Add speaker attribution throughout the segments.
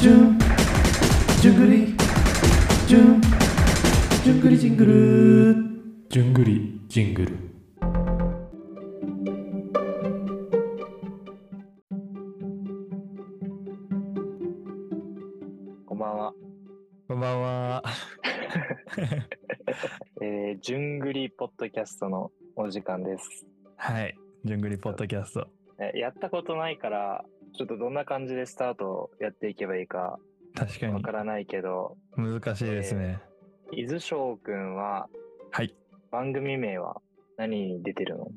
Speaker 1: ジュンジュングリジュンジュングリジングルジュングリジングル
Speaker 2: こんばんは。
Speaker 3: こんばんは。
Speaker 2: えー、じゅんぐりポッドキャストのお時間です。
Speaker 3: はい。じゅんぐりポッドキャスト。
Speaker 2: えーやったことないから、ちょっとどんな感じでスタートをやっていけばいいか
Speaker 3: 確か
Speaker 2: わ
Speaker 3: に
Speaker 2: からないけど、
Speaker 3: 難しいですね。
Speaker 2: 伊豆翔くんは
Speaker 3: はい。
Speaker 2: 番組名は何に出てるの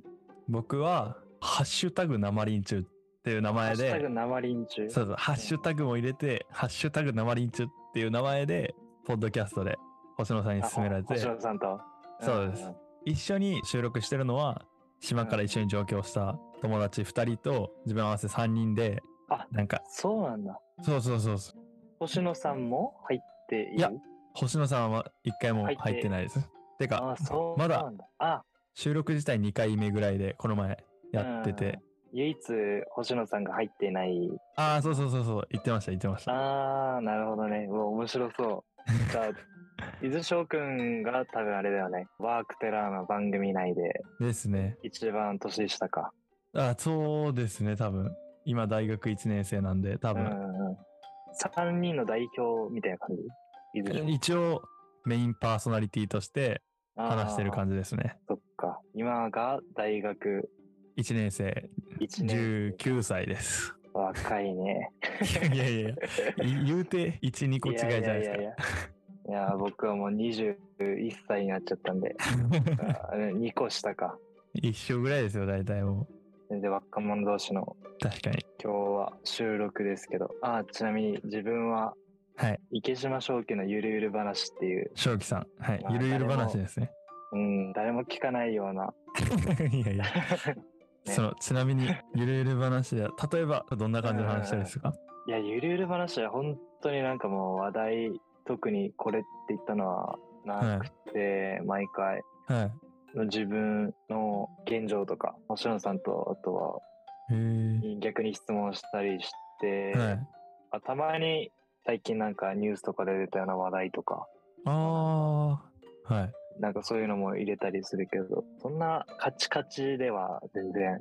Speaker 3: 僕は、ハッシュタグ生リン中っていう名
Speaker 2: ハ
Speaker 3: 前
Speaker 2: ッシュタグ
Speaker 3: で、
Speaker 2: 生臨中。
Speaker 3: そうそう、ハッシュタグも入れて、ハッシュタグ生リン中っていう名前で、ポッドキャストで星野さんに
Speaker 2: あ
Speaker 3: 勧められて
Speaker 2: 星、野さんと。
Speaker 3: そうです一緒に収録してるのは、島から一緒に上京した友達2人と、自分合わせ3人で
Speaker 2: あ、
Speaker 3: なんか、
Speaker 2: そうなんだ。
Speaker 3: そうそうそうそう、
Speaker 2: 星野さんも入っている
Speaker 3: いや星野さんは一回も入ってないです。て
Speaker 2: あ
Speaker 3: か、
Speaker 2: そう
Speaker 3: まだ
Speaker 2: なんだ。あ、
Speaker 3: 収録自体2回目ぐらいでこの前やって
Speaker 2: う
Speaker 3: て
Speaker 2: ん、唯一星野さんが入ってない
Speaker 3: ああそうそうそうそう言ってました言ってました
Speaker 2: あー、なるほどね。うわ面白そう。 じゃあ、伊豆翔くんが多分あれだよね。ワークテラーの番組内で
Speaker 3: ですね
Speaker 2: 一番年下か。
Speaker 3: あーそうですね多分今大学1年生なんで多
Speaker 2: うん
Speaker 3: 分、
Speaker 2: うんうん。3人の代表みたいな感じ伊豆翔
Speaker 3: 一応メインパーソナリティとして話してる
Speaker 2: じ。
Speaker 3: 感じですね
Speaker 2: そっか。今が大学
Speaker 3: 1年生
Speaker 2: 1年生。
Speaker 3: 19歳です
Speaker 2: 若いね。
Speaker 3: いやいやいやい言うて12個違いじゃないです
Speaker 2: やや
Speaker 3: か
Speaker 2: やいや、いや僕はもう21歳になっちゃったん で、2個下か。
Speaker 3: 一緒ぐらいですよ大体も
Speaker 2: で、若者同士の
Speaker 3: う確かに
Speaker 2: 今日は収録ですけど、あちなみに自分は、
Speaker 3: はい
Speaker 2: 池島正輝のゆるゆる話っていう、
Speaker 3: 正輝さんはい
Speaker 2: まあ
Speaker 3: ゆるゆる
Speaker 2: 誰も
Speaker 3: 話ですね
Speaker 2: うん、誰も聞かないような、
Speaker 3: いやいやそのちなみにゆるゆる話では例えばどんな感じの話したりですか
Speaker 2: いや、ゆるゆる話は本当になんかもう話題、特にこれって言ったのはなくて、毎回、
Speaker 3: はい。
Speaker 2: 自分の現状とか、星野さんと、あとは
Speaker 3: へえ。
Speaker 2: 逆に質問したりして、
Speaker 3: はい。
Speaker 2: あたまに最近なんかニュースとかで出たような話題とか、
Speaker 3: ああ。はい。
Speaker 2: なんかそういうのも入れたりするけど、そんなカチカチでは全然。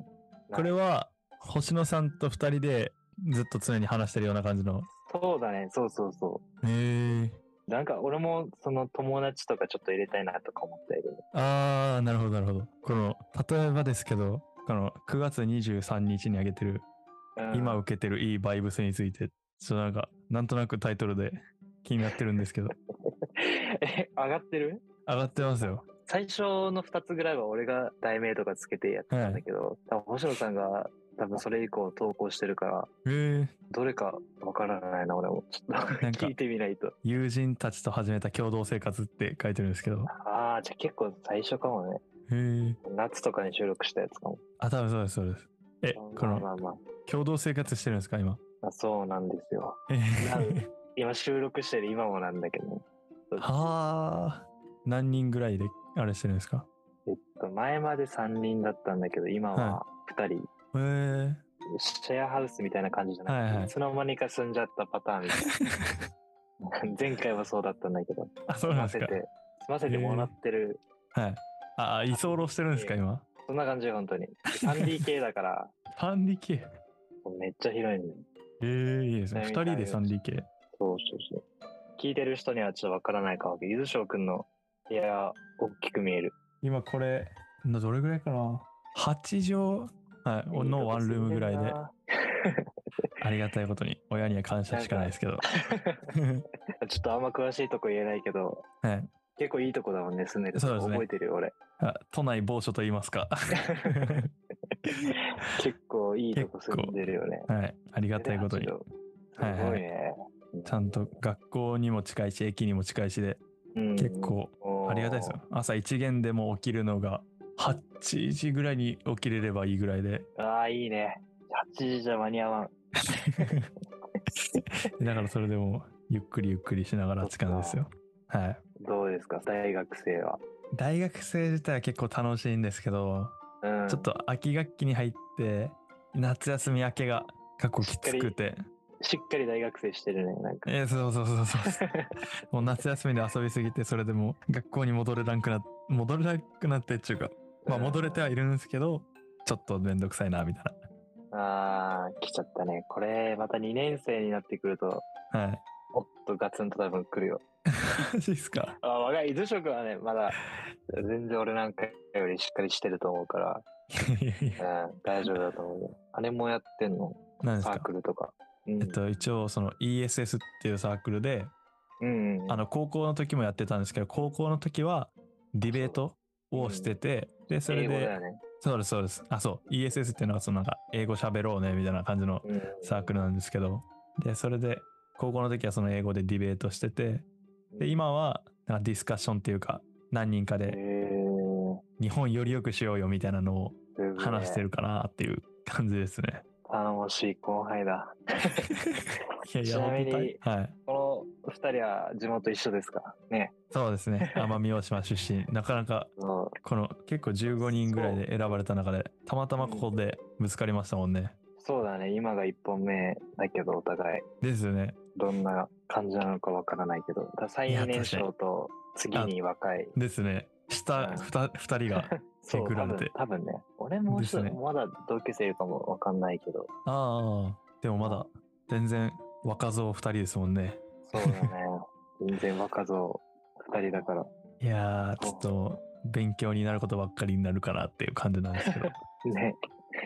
Speaker 3: これは、星野さんと二人でずっと常に話してるような感じの。
Speaker 2: そうだね、そうそうそ
Speaker 3: へえ。
Speaker 2: う。なんか俺もその友達とかちょっと入れたいなとか思ったり。
Speaker 3: ああ、なるほど、なるほど。この、例えばですけど、この9月23日に上げてる、
Speaker 2: うん
Speaker 3: 今受けてるいいバイブスについて、ちょっとなんか、なんとなくタイトルで気になってるんですけ ど、
Speaker 2: え、上がってる
Speaker 3: 上がってますよ。
Speaker 2: 最初の2つぐらいは俺が題名とかつけてやってたんだけど、多分星野さんが多分それ以降投稿してるから、
Speaker 3: へえ。
Speaker 2: どれかわからないな、俺も。ちょっと
Speaker 3: なんか
Speaker 2: 聞いてみないと。
Speaker 3: 友人たちと始めた共同生活って書いてるんですけど。
Speaker 2: ああ、じゃあ結構最初かもね。
Speaker 3: へえ。
Speaker 2: 夏とかに収録したやつかも。
Speaker 3: あ、多分そうです、そうです。え、こ
Speaker 2: まあ
Speaker 3: の
Speaker 2: ま、あまあ
Speaker 3: 共同生活してるんですか今。
Speaker 2: まあ、そうなんですよ。
Speaker 3: え
Speaker 2: 今収録してる今もなんだけど、
Speaker 3: ー、はあ。何人ぐらいであれしてるんですか
Speaker 2: えっと、前まで3人だったんだけど、今は2人、
Speaker 3: へえ
Speaker 2: シェアハウスみたいな感じじゃなくて、
Speaker 3: はいいはい
Speaker 2: つの間にか住んじゃったパターンみたいな。 前回はそうだったんだけど、
Speaker 3: あ、そ
Speaker 2: 済
Speaker 3: うなん
Speaker 2: ま
Speaker 3: です
Speaker 2: せ
Speaker 3: か
Speaker 2: て、済ませてもらってる。
Speaker 3: はい。あ、あ居候してるんですか今。
Speaker 2: そんな感じ、本当に。3DK だから、
Speaker 3: 3DK。へ
Speaker 2: めっちゃ広いね。
Speaker 3: えいいですね。2人で 3DK。
Speaker 2: そうそうそう。聞いてる人にはちょっとわからないかもけど、伊豆翔くんの部屋、大きく見える。
Speaker 3: 今これ、などれぐらいかな ?8 畳、はい、のワンルームぐらいで、ありがたいことに、親には感謝しかないですけど。
Speaker 2: ちょっとあんま詳しいとこ言えないけど、
Speaker 3: はい
Speaker 2: 結構いいとこだもんね、住んでるとこ
Speaker 3: そうですね
Speaker 2: 覚えてるよ、 俺。
Speaker 3: あ都内某所と言います か。
Speaker 2: 結構いいとこ住んでるよね。
Speaker 3: はい。ありがたいことに
Speaker 2: す。ご
Speaker 3: はいい
Speaker 2: ね。
Speaker 3: はいちゃんと学校にも近いし、駅にも近いしで、
Speaker 2: うん
Speaker 3: 結構ありがたいですよ。。朝一限でも起きるのが、8時ぐらいに起きれればいいぐら いで。
Speaker 2: おーああ、いいね。8時じゃ間に合わ ん。
Speaker 3: だからそれでも、ゆっくりゆっくりしながらって感じですよ。はい。
Speaker 2: どうですか、大学生は。
Speaker 3: 大学生自体は結構楽しいんですけど、
Speaker 2: うん、
Speaker 3: ちょっと秋学期に入って、夏休み明けが結構きつくて、
Speaker 2: しっかり大学生してるね、なんか。
Speaker 3: えーそうそうそうそうそう。もう夏休みで遊びすぎて、それでもう学校に戻れなくな、戻れなくなってっていうか、まあ戻れてはいるんですけど、ちょっとめんどくさいな、みたい
Speaker 2: あー、来ちゃったね。これ、また2年生になってくると、
Speaker 3: な。はい。
Speaker 2: もっとガツンと多分来るよ。
Speaker 3: マジっすか。
Speaker 2: あ若い伊豆諸君はね、まだ、全然俺なんかよりしっかりしてると思うか
Speaker 3: いやいや
Speaker 2: ら、うん、大丈夫だと思うよ。あれもやってんの
Speaker 3: 何です
Speaker 2: サー
Speaker 3: か
Speaker 2: クルとか。うん
Speaker 3: えっと、一応その ESS っていうサークルで、
Speaker 2: うんうん、
Speaker 3: あの高校の時もやってたんですけど、高校の時はディベートをしてて、で、それ
Speaker 2: 英語だ
Speaker 3: で、
Speaker 2: よね。
Speaker 3: そうです、そうです。あ、そう、ESS っていうのはそのなんか英語喋ろうね、みたいな感じの
Speaker 2: うん、
Speaker 3: サークルなんですけど、で、それで、高校の時はその英語でディベートしてて、で、今は、なんかディスカッションっていうか、何人か
Speaker 2: え
Speaker 3: で日本より良くしようよみたいなのを
Speaker 2: ー、
Speaker 3: 話して
Speaker 2: る。
Speaker 3: るかなっていう感じですね。
Speaker 2: 頼もしい後輩だ。
Speaker 3: いやいや、
Speaker 2: ちなみに
Speaker 3: 本当にはい。
Speaker 2: この二人は地元一緒ですかね。
Speaker 3: そうですね。奄美大島出身。なかなか、
Speaker 2: もう
Speaker 3: この結構15人ぐらいで選ばれた中で、たまたまここでぶつかりましたもんね。
Speaker 2: そうだね、今が一本目だけど、お互い。
Speaker 3: ですよね。
Speaker 2: どんな感じなのかわからないけど、だ最年少と次に若い。
Speaker 3: ですね。下
Speaker 2: うん
Speaker 3: 2人が。
Speaker 2: そ
Speaker 3: 手
Speaker 2: う、
Speaker 3: 繰ら
Speaker 2: 多
Speaker 3: れ
Speaker 2: 分
Speaker 3: て
Speaker 2: 多分ね。俺もう一人、
Speaker 3: ですね
Speaker 2: まだ同級生いるかもわかんないけど。
Speaker 3: ああ、でもまだ全然若造2人ですもんね。
Speaker 2: そう だね。全然若造二人だから。
Speaker 3: いやー、ちょっと勉強になることばっかりになるかなっていう感じなんですけど。ちょ
Speaker 2: ね。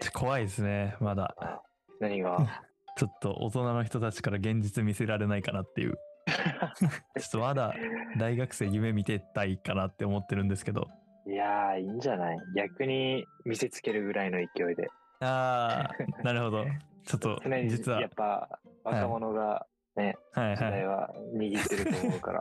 Speaker 3: っと怖いですね、まだ。
Speaker 2: 何が
Speaker 3: ちょっと大人の人たちから現実見せられないかなっていう。ちょっとまだ大学生夢見てたいかなって思ってるんですけど。
Speaker 2: いやー、いいんじゃない逆に見せつけるぐらいの勢いで。
Speaker 3: あ あ、なるほど。ちょっと
Speaker 2: 常に
Speaker 3: 実は
Speaker 2: やっ、ぱ若者が
Speaker 3: はい
Speaker 2: 時代
Speaker 3: は
Speaker 2: は握ってると思うから。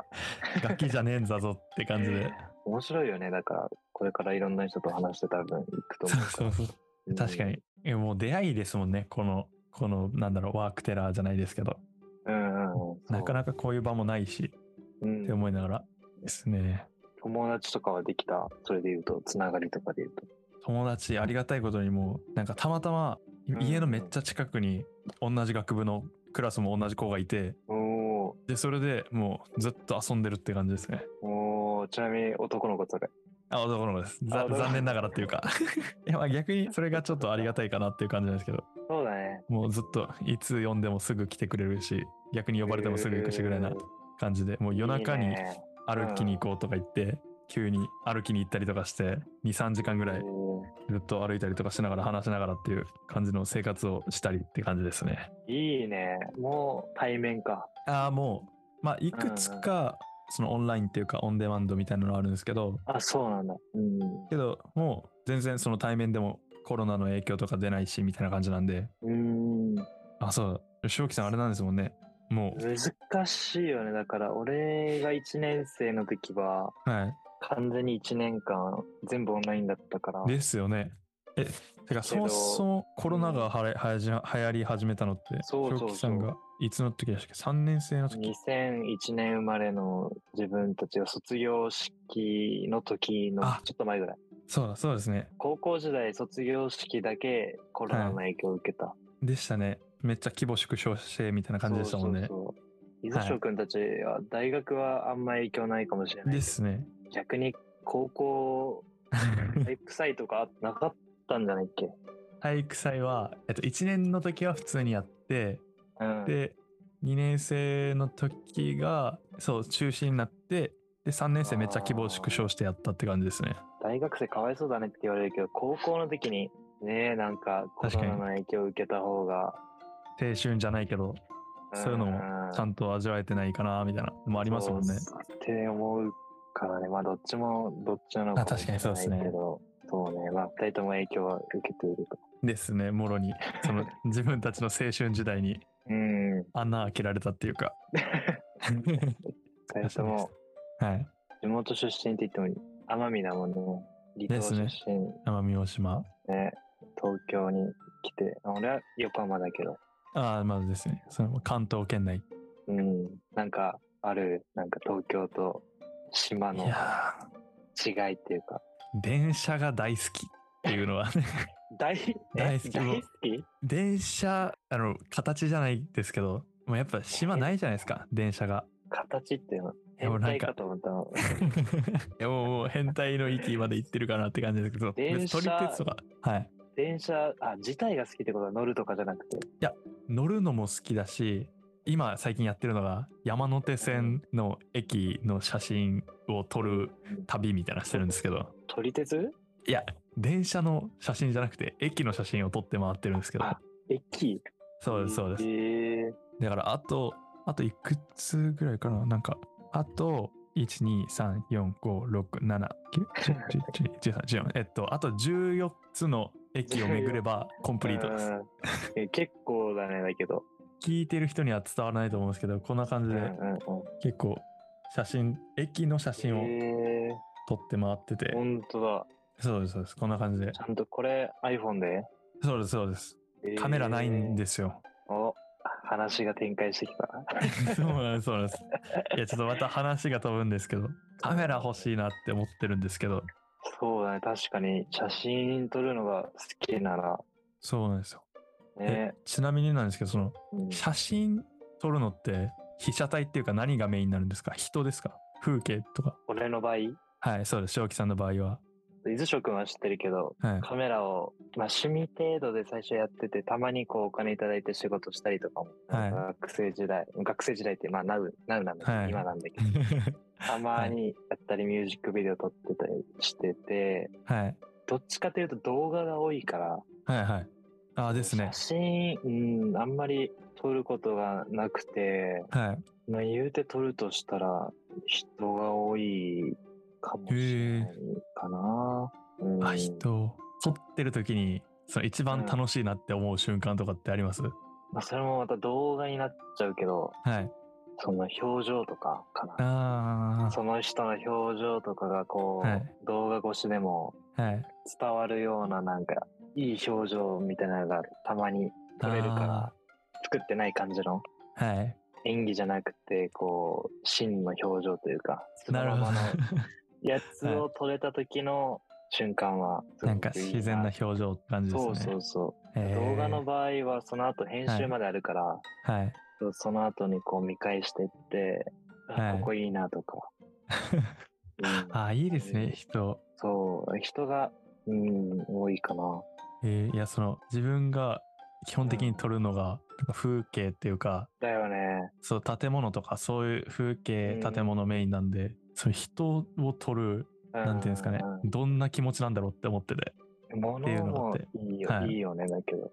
Speaker 3: い。ガキじゃねえんだぞって 感じで。
Speaker 2: 面白いよね。だから、これからいろんな人と話して多分行くと
Speaker 3: そ
Speaker 2: 思
Speaker 3: う
Speaker 2: うか
Speaker 3: そ
Speaker 2: ら
Speaker 3: う。そう。
Speaker 2: うん
Speaker 3: 確か。に。えもう出会いですもんね。この、この、なんだろう、ワークテラーじゃないですけど。
Speaker 2: うんうんうん。
Speaker 3: なか
Speaker 2: なか、
Speaker 3: なかこういう場もないし、
Speaker 2: うん
Speaker 3: って思いながらですね。
Speaker 2: 友達とかはできたそれで言うと、つながりとかで言うと。
Speaker 3: 友達ありがたいことにもうなんかたまたま
Speaker 2: ん
Speaker 3: 家のめっちゃ近くに同じ学部のクラスも同じ子がいて
Speaker 2: お
Speaker 3: でそれでもうずっと遊んでるって感じですね
Speaker 2: ー、おー、ちなみに男の子とか。
Speaker 3: あ男の子です
Speaker 2: あ
Speaker 3: ざ
Speaker 2: 男の子
Speaker 3: 残念ながらっていうか いやまあ逆にそれがちょっとありがたいかなっていう感じなんですけど
Speaker 2: そうだね。
Speaker 3: もうずっといつ呼んでもすぐ来てくれるし逆に呼ばれてもすぐ行くしぐらいな感じでもう夜中
Speaker 2: いい
Speaker 3: に
Speaker 2: ね
Speaker 3: 歩きに行こうとか言って急に歩きに行ったりとかして23時間ぐらい
Speaker 2: おー
Speaker 3: ずっと歩いたりとかしながら話しながらっていう感じの生活をしたりって感じですね。
Speaker 2: いいね。もう対面か。
Speaker 3: ああもうまあいくつかそのオンラインっていうかオンデマンドみたいなのあるんですけど
Speaker 2: あ、そうなんだ。うん。
Speaker 3: けどもう全然その対面でもコロナの影響とか出ないしみたいな感じなんで
Speaker 2: うん。
Speaker 3: あそう吉沖さんあれなんですもんねも
Speaker 2: 難しいよね。だから、俺が1年生の時は、
Speaker 3: うはい
Speaker 2: 完全に1年間全部オンラインだったから。
Speaker 3: ですよねえてかそもそもコロナがはれはやじ流行り始めたのって
Speaker 2: そうそうそう
Speaker 3: 沖さんがいつの時でしたっけ3年生の時
Speaker 2: 2001年生まれの自分たちが卒業式の時の
Speaker 3: あ
Speaker 2: ちょっと前ぐらい。
Speaker 3: そうだそうですね
Speaker 2: 高校時代卒業式だけコロナの影響を受けた。
Speaker 3: でしたねめっちゃ規模縮小してみたいな感じでしたもん
Speaker 2: そ
Speaker 3: ね
Speaker 2: うそうそう伊豆
Speaker 3: はい
Speaker 2: 翔くんたちは大学はあんま影響ないかもしれないけど。
Speaker 3: ですね
Speaker 2: 逆に高校体育祭とかなかったんじゃないっけ、
Speaker 3: 体育祭は、えっと、1年の時は普通にやって、
Speaker 2: うん、
Speaker 3: で2年生の時がそう中止になってで3年生めっちゃ規模縮小してやったって感じですね
Speaker 2: 大学生かわいそうだねって言われるけど高校の時にねえなんかコ
Speaker 3: 確か
Speaker 2: ロ
Speaker 3: に
Speaker 2: ナの影響を受けた方が
Speaker 3: 青春じゃないけどそういうのも
Speaker 2: ん
Speaker 3: ちゃんと味わえてないかなみたいなのもありますもんね
Speaker 2: そうって思うからね、まあどっちもどっちなのか
Speaker 3: あ
Speaker 2: も
Speaker 3: 確
Speaker 2: し
Speaker 3: か
Speaker 2: れ
Speaker 3: に
Speaker 2: ないけ
Speaker 3: そう
Speaker 2: ど、
Speaker 3: ですね
Speaker 2: そうね、まあ二人とも影響は受けていると。
Speaker 3: ですねもろに その自分たちの青春時代に
Speaker 2: うん、
Speaker 3: 穴開けられたっていう か
Speaker 2: 二人とも
Speaker 3: はい
Speaker 2: 地元出身って言っても奄美だもんね。離島出
Speaker 3: で
Speaker 2: 身、ね
Speaker 3: 奄美大島
Speaker 2: 東京に来て、あ俺は横浜だけど、
Speaker 3: ああまずですねその関東圏内
Speaker 2: うん、なんかある、なんか東京と島
Speaker 3: い
Speaker 2: の
Speaker 3: やー
Speaker 2: 違いっていうか、
Speaker 3: 電車が大好きっていうのはね
Speaker 2: 大え
Speaker 3: 大好き
Speaker 2: 大好き
Speaker 3: 電車、あの、形じゃないですけど、もうやっぱ島ないじゃないですか、電 車が。
Speaker 2: 形っていうの
Speaker 3: いやもう
Speaker 2: 変
Speaker 3: なん
Speaker 2: 態
Speaker 3: か
Speaker 2: かと思ったの
Speaker 3: いやもうもう変態の域まで行ってるかなって感じですけど、別に
Speaker 2: 電車
Speaker 3: 撮り鉄とか、はい。
Speaker 2: 電車あ自体が好きってことは乗るとかじゃなくて
Speaker 3: 乗るのも好きだし、今最近やってるのが山手線の駅の写真を撮る旅みたいなのしてるんですけど、
Speaker 2: 撮り鉄
Speaker 3: いや、電車の写真じゃなくて駅の写真を撮って回ってるんですけど、
Speaker 2: あ駅
Speaker 3: そうです、そうです
Speaker 2: え。ー、
Speaker 3: だからあと、あといくつぐらいかななんか、あと、1、2、3、4、5、6、7、9、10、11、13、14、えっと、あと14つの駅を巡ればコンプリートです。
Speaker 2: うんえ結構だねだけど、
Speaker 3: 聞いてる人には伝わらないと思うんですけど、こんな感
Speaker 2: う
Speaker 3: じ
Speaker 2: んう
Speaker 3: で
Speaker 2: んうん
Speaker 3: 結構写真、駅の写真を
Speaker 2: え
Speaker 3: 撮って回ってて
Speaker 2: ー、、ほんとだ
Speaker 3: そうです、そうです。こんな感じで
Speaker 2: ち。ゃんとこれ iPhone で、
Speaker 3: そうです、そうです。カメラないん
Speaker 2: で
Speaker 3: ですよ。
Speaker 2: お話が展開してきた
Speaker 3: そうなんです、そうなんです。いや、ちょっとまた話が飛ぶんですけど、カメラ欲しいなって思ってるんですけど、
Speaker 2: そうだね確かに写真撮るのが好きなら
Speaker 3: そうなんですよ。え
Speaker 2: ね、
Speaker 3: ちなみになんですけどその
Speaker 2: うん
Speaker 3: 写真撮るのって被写体っていうか何がメインになるんですか人ですか風景とか
Speaker 2: 俺の場合伊
Speaker 3: はいそうです正気さんの場合は、
Speaker 2: 豆諸君は知ってるけど
Speaker 3: はい、
Speaker 2: カメラを、まあ、趣味程度で最初やっててたまにこうお金いただいて仕事したりとかも、
Speaker 3: はい
Speaker 2: 学生時代学生時代ってまあナウナウなんだけど、
Speaker 3: はい
Speaker 2: 今なんだけどたまにやったりミュージックビデオ撮ってたりしてて
Speaker 3: はい
Speaker 2: どっちかというと動画が多いから
Speaker 3: はいはいああですね
Speaker 2: 写真、うん、あんまり撮ることがなくて、
Speaker 3: はい
Speaker 2: まあ、言うて撮るとしたら人が多いかもしれないかな。うん
Speaker 3: あ人撮ってる時にその一番楽しいなって思う瞬間とかってあります、
Speaker 2: まあ、それもまた動画になっちゃうけど
Speaker 3: はい
Speaker 2: その表情とかかな。
Speaker 3: あ
Speaker 2: その人の表情とかがこう、
Speaker 3: はい
Speaker 2: 動画越しでも
Speaker 3: あはい
Speaker 2: 伝わるようななんかいい表情みたいなのがたまに撮れるから作ってない感じの
Speaker 3: あーはい
Speaker 2: 演技じゃなくてこう真の表情というかそ
Speaker 3: な
Speaker 2: の
Speaker 3: る
Speaker 2: ま
Speaker 3: ほ
Speaker 2: ま
Speaker 3: ど
Speaker 2: のやつを撮れた時の瞬間はすごくい
Speaker 3: な
Speaker 2: い
Speaker 3: んか自然な表情って感じです
Speaker 2: そ
Speaker 3: ね
Speaker 2: うそうそう、
Speaker 3: へー
Speaker 2: 動画の場合はその後編集まであるから、
Speaker 3: はい
Speaker 2: その後にこう見返してって、あ
Speaker 3: はい
Speaker 2: ここいいなと か、うん
Speaker 3: ああいいですね人
Speaker 2: そう、人が、うん、多いかな。
Speaker 3: えーいやその自分が基本的に撮るのがなんか風景っていうか
Speaker 2: だよね。
Speaker 3: そう建物とかそういう風景
Speaker 2: うん
Speaker 3: 建物メインなんで、そう人を撮るなんていうんですかね、どんな気持ちなんだろうって思ってて
Speaker 2: 物
Speaker 3: っていうの
Speaker 2: も
Speaker 3: だって
Speaker 2: いいよ、
Speaker 3: はい
Speaker 2: い、いよね、だけ ど。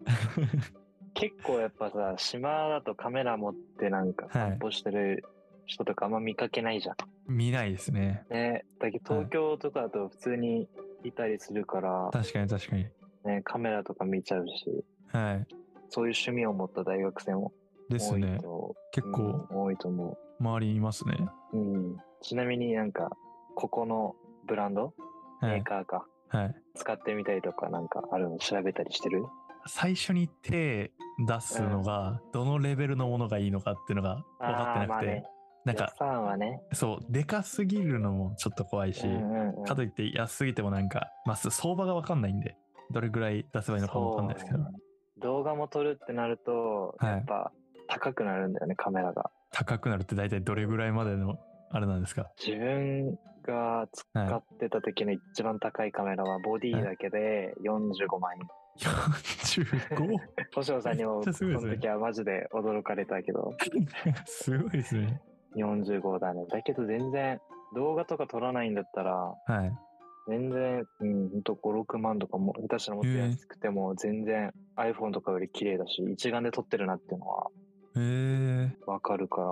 Speaker 2: 結構やっぱさ、島だとカメラ持ってなんか
Speaker 3: はい
Speaker 2: 散歩してる人とかあんま見かけないじゃん。
Speaker 3: 見ないですね
Speaker 2: ね、だけど東京とかだと普通にいたりするから、
Speaker 3: 確かに確かに
Speaker 2: ね、カメラとか見ちゃうし、
Speaker 3: はい
Speaker 2: そういう趣味を持った大学生も
Speaker 3: です
Speaker 2: 多
Speaker 3: ね
Speaker 2: いと
Speaker 3: 結構
Speaker 2: うん多いと思
Speaker 3: 周りにいますね、
Speaker 2: う、うん、ちなみになんかここのブランド、
Speaker 3: は
Speaker 2: メ
Speaker 3: い
Speaker 2: ー、カーか
Speaker 3: はい、
Speaker 2: 使ってみたりとかなんかあるの調べたりしてる
Speaker 3: 最初に手出すのがどのレベルのものがいいのかっていうのが分かってな
Speaker 2: あーま
Speaker 3: くて、
Speaker 2: あね
Speaker 3: なん
Speaker 2: 予
Speaker 3: か
Speaker 2: 算はね、
Speaker 3: そうでかすぎるのもちょっと怖いし、
Speaker 2: うんうんうん
Speaker 3: かといって安すぎてもなんか、まあ、相場が分かんないんで、どれぐらい出せばいいのかも分かんないですけど、
Speaker 2: そう動画も撮るってなると
Speaker 3: はい
Speaker 2: やっぱ高くなるんだよね、カメラが
Speaker 3: 高くなるって大体どれぐらいまでのあれなんですか
Speaker 2: 自分が使ってた時の一番高いカメラはボディだけで45万円、
Speaker 3: ?45?
Speaker 2: 保証さんに
Speaker 3: め
Speaker 2: も
Speaker 3: っち
Speaker 2: そ
Speaker 3: ゃすごいで
Speaker 2: の
Speaker 3: すね
Speaker 2: 時はマジで驚かれたけど
Speaker 3: すごいですね。
Speaker 2: 45だねだけど全然動画とか撮らないんだったら
Speaker 3: はい。
Speaker 2: 全然、うん、ほんと5、6万とかも、下手したらもっと安くても、全然 iPhone とかより綺麗だし、一眼で撮ってるなっていうのは
Speaker 3: えー、
Speaker 2: わかるから、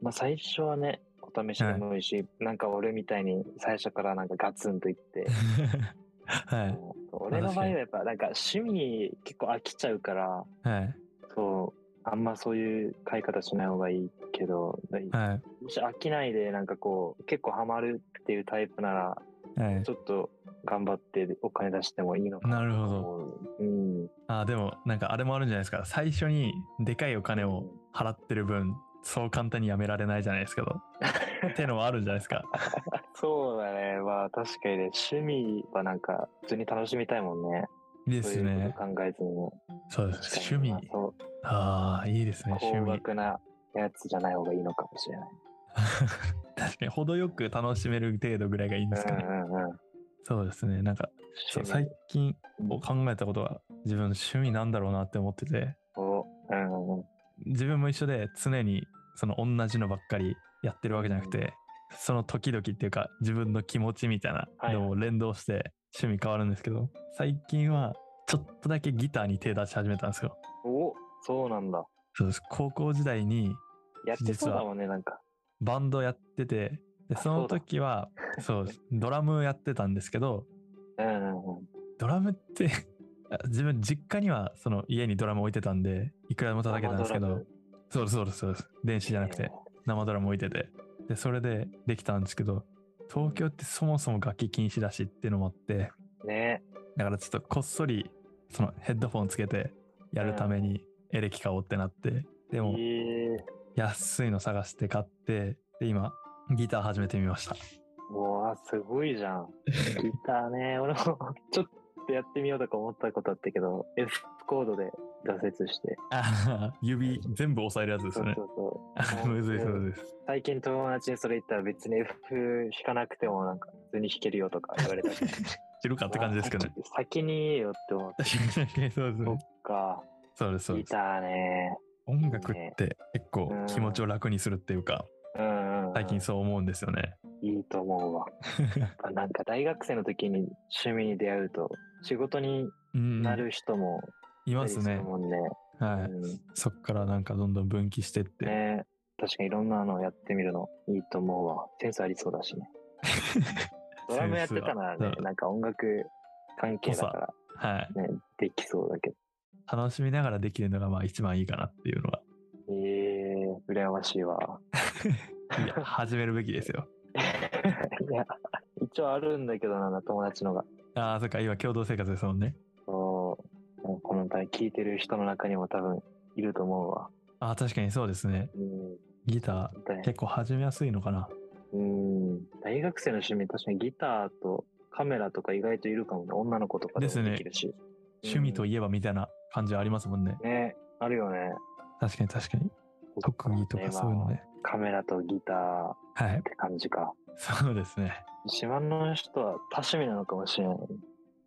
Speaker 2: まあ最初はね、お試しでもいいし、なんか俺みたいに最初からなんかガツンと言って、
Speaker 3: は
Speaker 2: もう俺の場合はやっぱなんか趣味結構飽きちゃうから、
Speaker 3: い。はい。
Speaker 2: そう、あんまそういう買い方しない方がいいけど、
Speaker 3: は
Speaker 2: もし飽きないでなんかこう、結構ハマるっていうタイプなら、
Speaker 3: い。はい
Speaker 2: ち、ょっと頑張ってお金出してもいいのか
Speaker 3: なるほど。
Speaker 2: ど。うん。
Speaker 3: あーでも、なんかあれもあるんじゃないですか。最初にでかいお金を払ってる分、そう簡単にやめられないじゃないですけど。ってのはあるんじゃないですか。
Speaker 2: そうだね。まあ確かにね、趣味はなんか普通に楽しみたいもんね。
Speaker 3: いいで
Speaker 2: そう
Speaker 3: す
Speaker 2: いう
Speaker 3: ね。
Speaker 2: こと考えずにも。
Speaker 3: そうです。趣味。
Speaker 2: 確かにまあ
Speaker 3: ああ、いいですね。
Speaker 2: そう、高
Speaker 3: 趣味。
Speaker 2: 額なやつじゃない方がいいのかもしれない。
Speaker 3: 確かに、程よく楽しめる程度ぐらいがいいんですかね。
Speaker 2: うんうんうん。
Speaker 3: そうですね。なんか、そう
Speaker 2: 趣味
Speaker 3: 最近こう考えたことは、自分の趣味なんだろうなって思ってて、
Speaker 2: を、うんうんうん。
Speaker 3: 自分も一緒で常にその同じのばっかりやってるわけじゃなくて、その時々っていうか自分の気持ちみたい
Speaker 2: は
Speaker 3: ないのを連動して趣味変わるんですけど、最近はちょっとだけギターに手出し始めたんですよ。
Speaker 2: おそうなんだ。
Speaker 3: そうです。高校時代に
Speaker 2: やってそうだもんね、なんか。
Speaker 3: バンドやってて、で
Speaker 2: あ
Speaker 3: その時 は、そうです。ドラムやってたんですけど、
Speaker 2: うんうんうん。
Speaker 3: ドラムって自分実家にはその家にドラム置いてたんでいくらでも叩けたんですけ
Speaker 2: 生ドラ
Speaker 3: ど
Speaker 2: ム
Speaker 3: そうですそうですそうです電子じゃなくて生ドラム置いててでそれでできたんですけど東京ってそもそも楽器禁止だしっていうのもあって
Speaker 2: ね
Speaker 3: だからちょっとこっそりそのヘッドフォンつけてやるためにエレキ買おうってなってでも
Speaker 2: え
Speaker 3: 安いの探して買ってで今ギター始めてみました
Speaker 2: ー、うわすごいじゃ ん。ギターね、俺も ちょっとやってみようとか思ったことあったけど、F コードで挫折して。
Speaker 3: あー 指全部押さえるやつです
Speaker 2: そ
Speaker 3: よ
Speaker 2: う
Speaker 3: ね
Speaker 2: そうそ
Speaker 3: あー むずいですむずいです
Speaker 2: う。最近友達にそれ言ったら別に F 弾かなくてもなんか普通に弾けるよとか言われ たり
Speaker 3: 知るかって感じですけどね
Speaker 2: 先先に言えよって思っ
Speaker 3: 確か に確かにそうですね。
Speaker 2: たか。
Speaker 3: そうです、そう
Speaker 2: ギ
Speaker 3: です。
Speaker 2: ターね。
Speaker 3: 音楽って結構
Speaker 2: うん
Speaker 3: 気持ちを楽にするっていうか、
Speaker 2: うんうんうん、
Speaker 3: 最近そう思うんですよね。
Speaker 2: いいと思う わ。やっぱなんか大学生の時に趣味に出会うと仕事に
Speaker 3: うん、
Speaker 2: なる人も
Speaker 3: い
Speaker 2: いた
Speaker 3: ま
Speaker 2: り
Speaker 3: す
Speaker 2: する
Speaker 3: ね。
Speaker 2: もんね。
Speaker 3: はい、
Speaker 2: うん
Speaker 3: そっからなんかどんどん分岐してって。
Speaker 2: ね確かにいろんなのやってみるのいいと思うわ。センスありそうだし ね。ドラムやってたな
Speaker 3: セン
Speaker 2: ら
Speaker 3: ス
Speaker 2: ね
Speaker 3: は、うん
Speaker 2: なんか音楽関係だか
Speaker 3: はい。
Speaker 2: らね、できそうだけど。
Speaker 3: 楽しみながらできるのがまあ一番いいかなっていうのは、
Speaker 2: えー、羨ましいわ。
Speaker 3: いや始めるべきですよ。
Speaker 2: いや、一応あるんだけどな、友達のが。
Speaker 3: ああ、そっか、今共同生活ですもんね。
Speaker 2: そうこの回聞いてる人の中にも多分いると思うわ。
Speaker 3: ああ、確かにそうですね。
Speaker 2: うん
Speaker 3: ギタ
Speaker 2: 本当に
Speaker 3: ー結構始めやすいのかな。
Speaker 2: うん大学生の趣味確かにギターとカメラとか意外といるかもね女の子とかで
Speaker 3: です
Speaker 2: も
Speaker 3: ね
Speaker 2: できるし、
Speaker 3: 趣味と
Speaker 2: い
Speaker 3: いえばみたいな感じはありますもんね。
Speaker 2: ねあるよね
Speaker 3: 確かに確かに。特技とかそういうのね。
Speaker 2: 今カメラとギターっ
Speaker 3: はい。
Speaker 2: て感じか
Speaker 3: そうですね。
Speaker 2: 島の人は多趣味なのかもしれない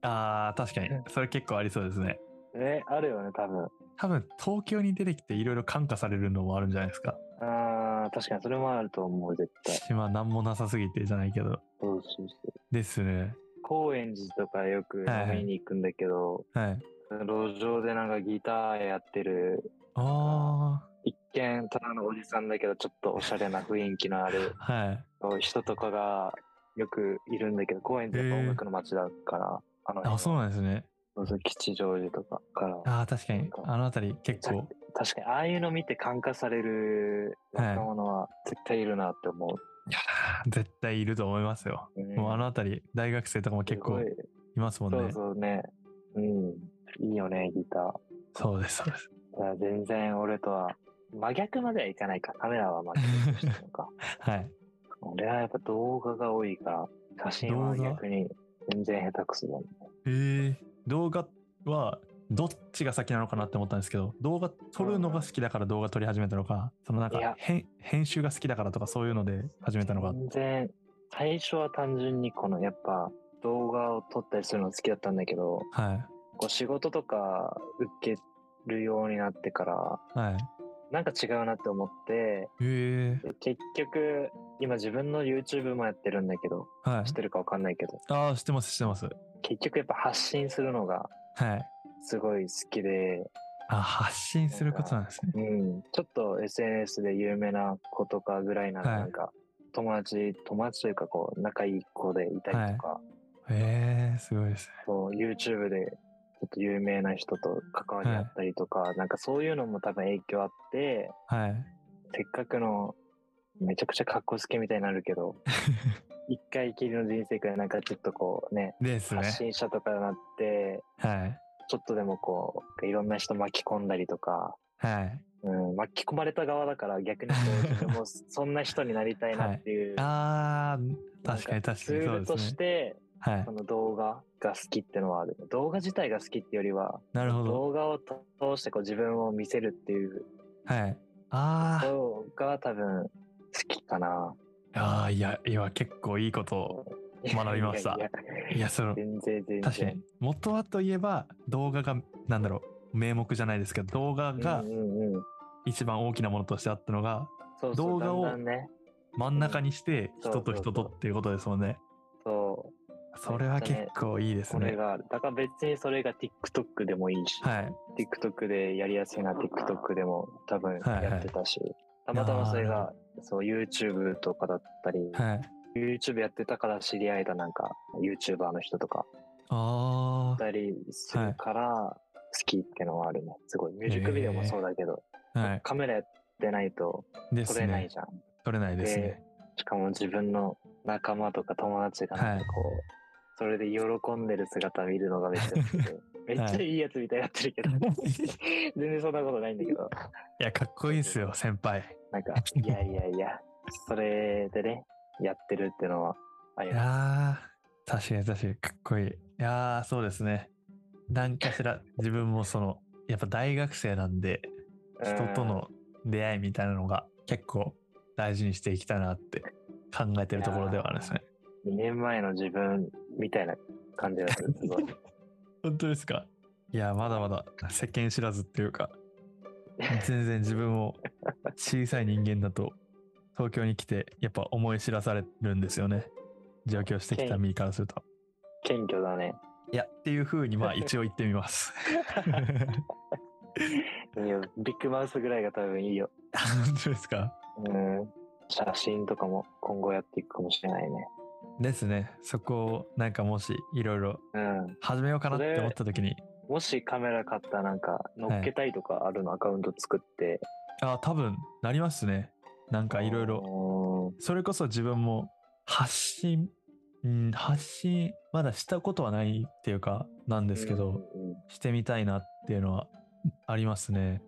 Speaker 3: ああ、確かに
Speaker 2: うん。
Speaker 3: それ結構ありそうですね。
Speaker 2: ねあるよね多分
Speaker 3: 多分、東京に出てきていろいろ感化されるのもあるんじゃないですか。
Speaker 2: あー確かにそれもあると思う絶対
Speaker 3: 島なんもなさすぎてじゃないけど。
Speaker 2: そうそうそう
Speaker 3: ですね。
Speaker 2: 高円寺とかよく
Speaker 3: はいはい
Speaker 2: 飲みに行くんだけど、
Speaker 3: はい。
Speaker 2: 路上でなんかギターやってる
Speaker 3: あ
Speaker 2: 一見ただのおじさんだけどちょっとおしゃれな雰囲気のある
Speaker 3: あ、はい。
Speaker 2: 人とかがよくいるんだけど、公園ってやっぱ音楽の街だから、あの辺は
Speaker 3: あそうなんですね。
Speaker 2: そうそう吉祥寺とかから、
Speaker 3: ああ、確かに。あのあたり結構。
Speaker 2: 確かにああいうの見て感化される若者は絶対いるなって思う。
Speaker 3: いやー絶対いると思いますよ。
Speaker 2: ん
Speaker 3: もうあのあたり、大学生とかも結構
Speaker 2: す
Speaker 3: いますもん
Speaker 2: ごい
Speaker 3: ね。
Speaker 2: そうそうね。うん。いいよね、ギター。
Speaker 3: そうです、そうです。
Speaker 2: いや全然俺とは真逆まではいかないか。カメラは真逆としてるの か。
Speaker 3: はい。
Speaker 2: 俺はやっぱ動画が多いから、写真は
Speaker 3: 動画
Speaker 2: 逆に全然下手くそだね。
Speaker 3: えー、動画は、どっちが先なのかなって思ったんですけど、動画撮るのが好きだから動画撮り始めたのか、そのなん
Speaker 2: い
Speaker 3: か
Speaker 2: や
Speaker 3: 編編集が好きだからとかそういうので始めたのか。
Speaker 2: 全然最初は単純にこのやっぱ動画を撮ったりするの好きだったんだけど
Speaker 3: は
Speaker 2: こう仕事とか受けるようになってから
Speaker 3: い。はい。
Speaker 2: なんか違うなって思って
Speaker 3: ええ
Speaker 2: で結局今自分の YouTube もやってるんだけど
Speaker 3: はい
Speaker 2: 知っ。てるか分かんないけど
Speaker 3: ああ、知ってます、知ってます。
Speaker 2: 結局やっぱ発信するのが
Speaker 3: はい。
Speaker 2: すごい好きで、
Speaker 3: あ、発信することなんですね。
Speaker 2: うん、ちょっと SNS で有名な子とかぐらいなら
Speaker 3: はい
Speaker 2: なんか友達友達というかこう仲いい子でいたりとか、
Speaker 3: ええすごいですね。
Speaker 2: そう YouTube でちょっと有名な人と関わり合ったりとか、なんかそういうのも多分影響あって
Speaker 3: はい。
Speaker 2: せっかくのめちゃくちゃかっこつけみたいになるけ ど一回きりの人生からなんかちょっとこうね
Speaker 3: ですね
Speaker 2: 発。信者とかになって
Speaker 3: はい。
Speaker 2: ちょっとでもこういろんな人巻き込んだりとか、
Speaker 3: はい。
Speaker 2: うん、巻き込まれた側だから逆にこ う自分もそんな人になりたいなっていう、
Speaker 3: ああ、確かに確かに
Speaker 2: ツール
Speaker 3: そう
Speaker 2: と
Speaker 3: です
Speaker 2: し
Speaker 3: ね。
Speaker 2: て
Speaker 3: はい
Speaker 2: こ。の動画が好きってのはある。動画自体が好きってよりは、
Speaker 3: なるほど。
Speaker 2: 動画を通してこう自分を見せるっていう
Speaker 3: はい。あー
Speaker 2: のが多分好きかな。
Speaker 3: あー、いや、今結構いいことを。 学びました
Speaker 2: いやいや
Speaker 3: いや、その、
Speaker 2: 全然全然。
Speaker 3: 確かに。元はといえば、動画が、なんだろう、名目じゃないですけど、動画が
Speaker 2: うんうんうん
Speaker 3: 一番大きなものとしてあったのが、
Speaker 2: そうそう
Speaker 3: 動画を
Speaker 2: だんだんね、
Speaker 3: 真ん中にして、
Speaker 2: うん
Speaker 3: 人と人とっていうことですもんね。
Speaker 2: そう
Speaker 3: それは結構いいです
Speaker 2: それ
Speaker 3: ね。
Speaker 2: がある。だから別にそれが TikTok でもいいし、
Speaker 3: はい。
Speaker 2: TikTok でやりやすいな TikTok でも多分
Speaker 3: はいはい
Speaker 2: やってたし、たまたまそれ
Speaker 3: なる
Speaker 2: がそう YouTube とかだったり、
Speaker 3: はい。
Speaker 2: YouTube やってたから知り合えたなんか YouTuber の人とか
Speaker 3: あ
Speaker 2: だったりするから好きってのはあるね。すごい。ミュージックビデオもそうだけど、
Speaker 3: あ、はい。
Speaker 2: カメラやってないと
Speaker 3: で
Speaker 2: 撮
Speaker 3: す
Speaker 2: れない
Speaker 3: ね。
Speaker 2: じゃん。
Speaker 3: 取れないですね。
Speaker 2: しかも自分の仲間とか友達がなんかこう、それで喜んでる姿見るのがめっちゃ好きで、めっちゃいいやつみたいになってるけど、 全然そんなことないんだけど、
Speaker 3: いや、かっこいいですよ、先輩。
Speaker 2: なんか、いやいやいや、それでね、やってるってのはあり
Speaker 3: い
Speaker 2: ま
Speaker 3: やー、確かに確かにかっこいい。いやー、そうですね。何かしら自分もその、やっぱ大学生なんで、
Speaker 2: す。
Speaker 3: 人との出会いみたいなのが結構大事にしていきたいなって考えてるところではあるんですね。
Speaker 2: 2年前の自分みたいな感じがする。すごい
Speaker 3: 本当ですかいや、まだまだ世間知らずっていう か、全然自分を小さい人間だと、東京に来てやっぱ思い知らされるんですよね。上京してきた身からすると。
Speaker 2: 謙虚だね。
Speaker 3: いや、っていう風に まあ一応言ってみます。
Speaker 2: いやビッグマウスぐらいが多分いいよ。
Speaker 3: 本当ですか
Speaker 2: うん。写真とかも今後やっていくかもしれないね。
Speaker 3: ですね。そこをなんかもしいろいろ
Speaker 2: うん。
Speaker 3: 始めようかなって思った時に、
Speaker 2: もしカメラ買ったらなんか乗っけたいとかあるの、アカウント作って。
Speaker 3: あ多分なりますね。なんかいろいろ、
Speaker 2: ろ。
Speaker 3: それこそ自分も発信、うん、発信、まだしたことはないっていうか、なんですけど、
Speaker 2: うんうんうん
Speaker 3: してみたいなっていうのはありますね。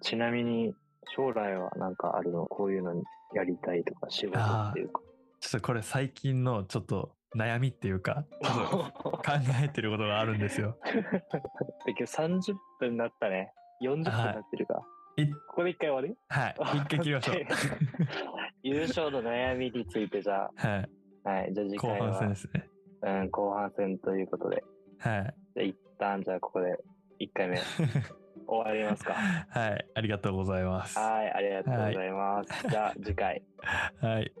Speaker 2: ちなみに将来はなんかあるのこういうのにやりたいとか仕事っていうか。
Speaker 3: ちょっとこれ最近のちょっと悩みっていうか、ちょっと考えてることがあるんで すよ。
Speaker 2: で 今日30分なったね。40分なってるか。
Speaker 3: い
Speaker 2: ここで一回終わ
Speaker 3: はい。一回切りましょう。
Speaker 2: り 優勝の悩みについてじゃ
Speaker 3: はい。
Speaker 2: あ、はい、じゃあ次
Speaker 3: 後
Speaker 2: 回は
Speaker 3: 半戦ですね。
Speaker 2: うん、後半戦ということで、
Speaker 3: はい。
Speaker 2: じゃあ一旦じゃあここで1回 目終わりますか。
Speaker 3: はい。ありがとうございます。
Speaker 2: はい、ありがとうございます。じゃあ次回。
Speaker 3: はい。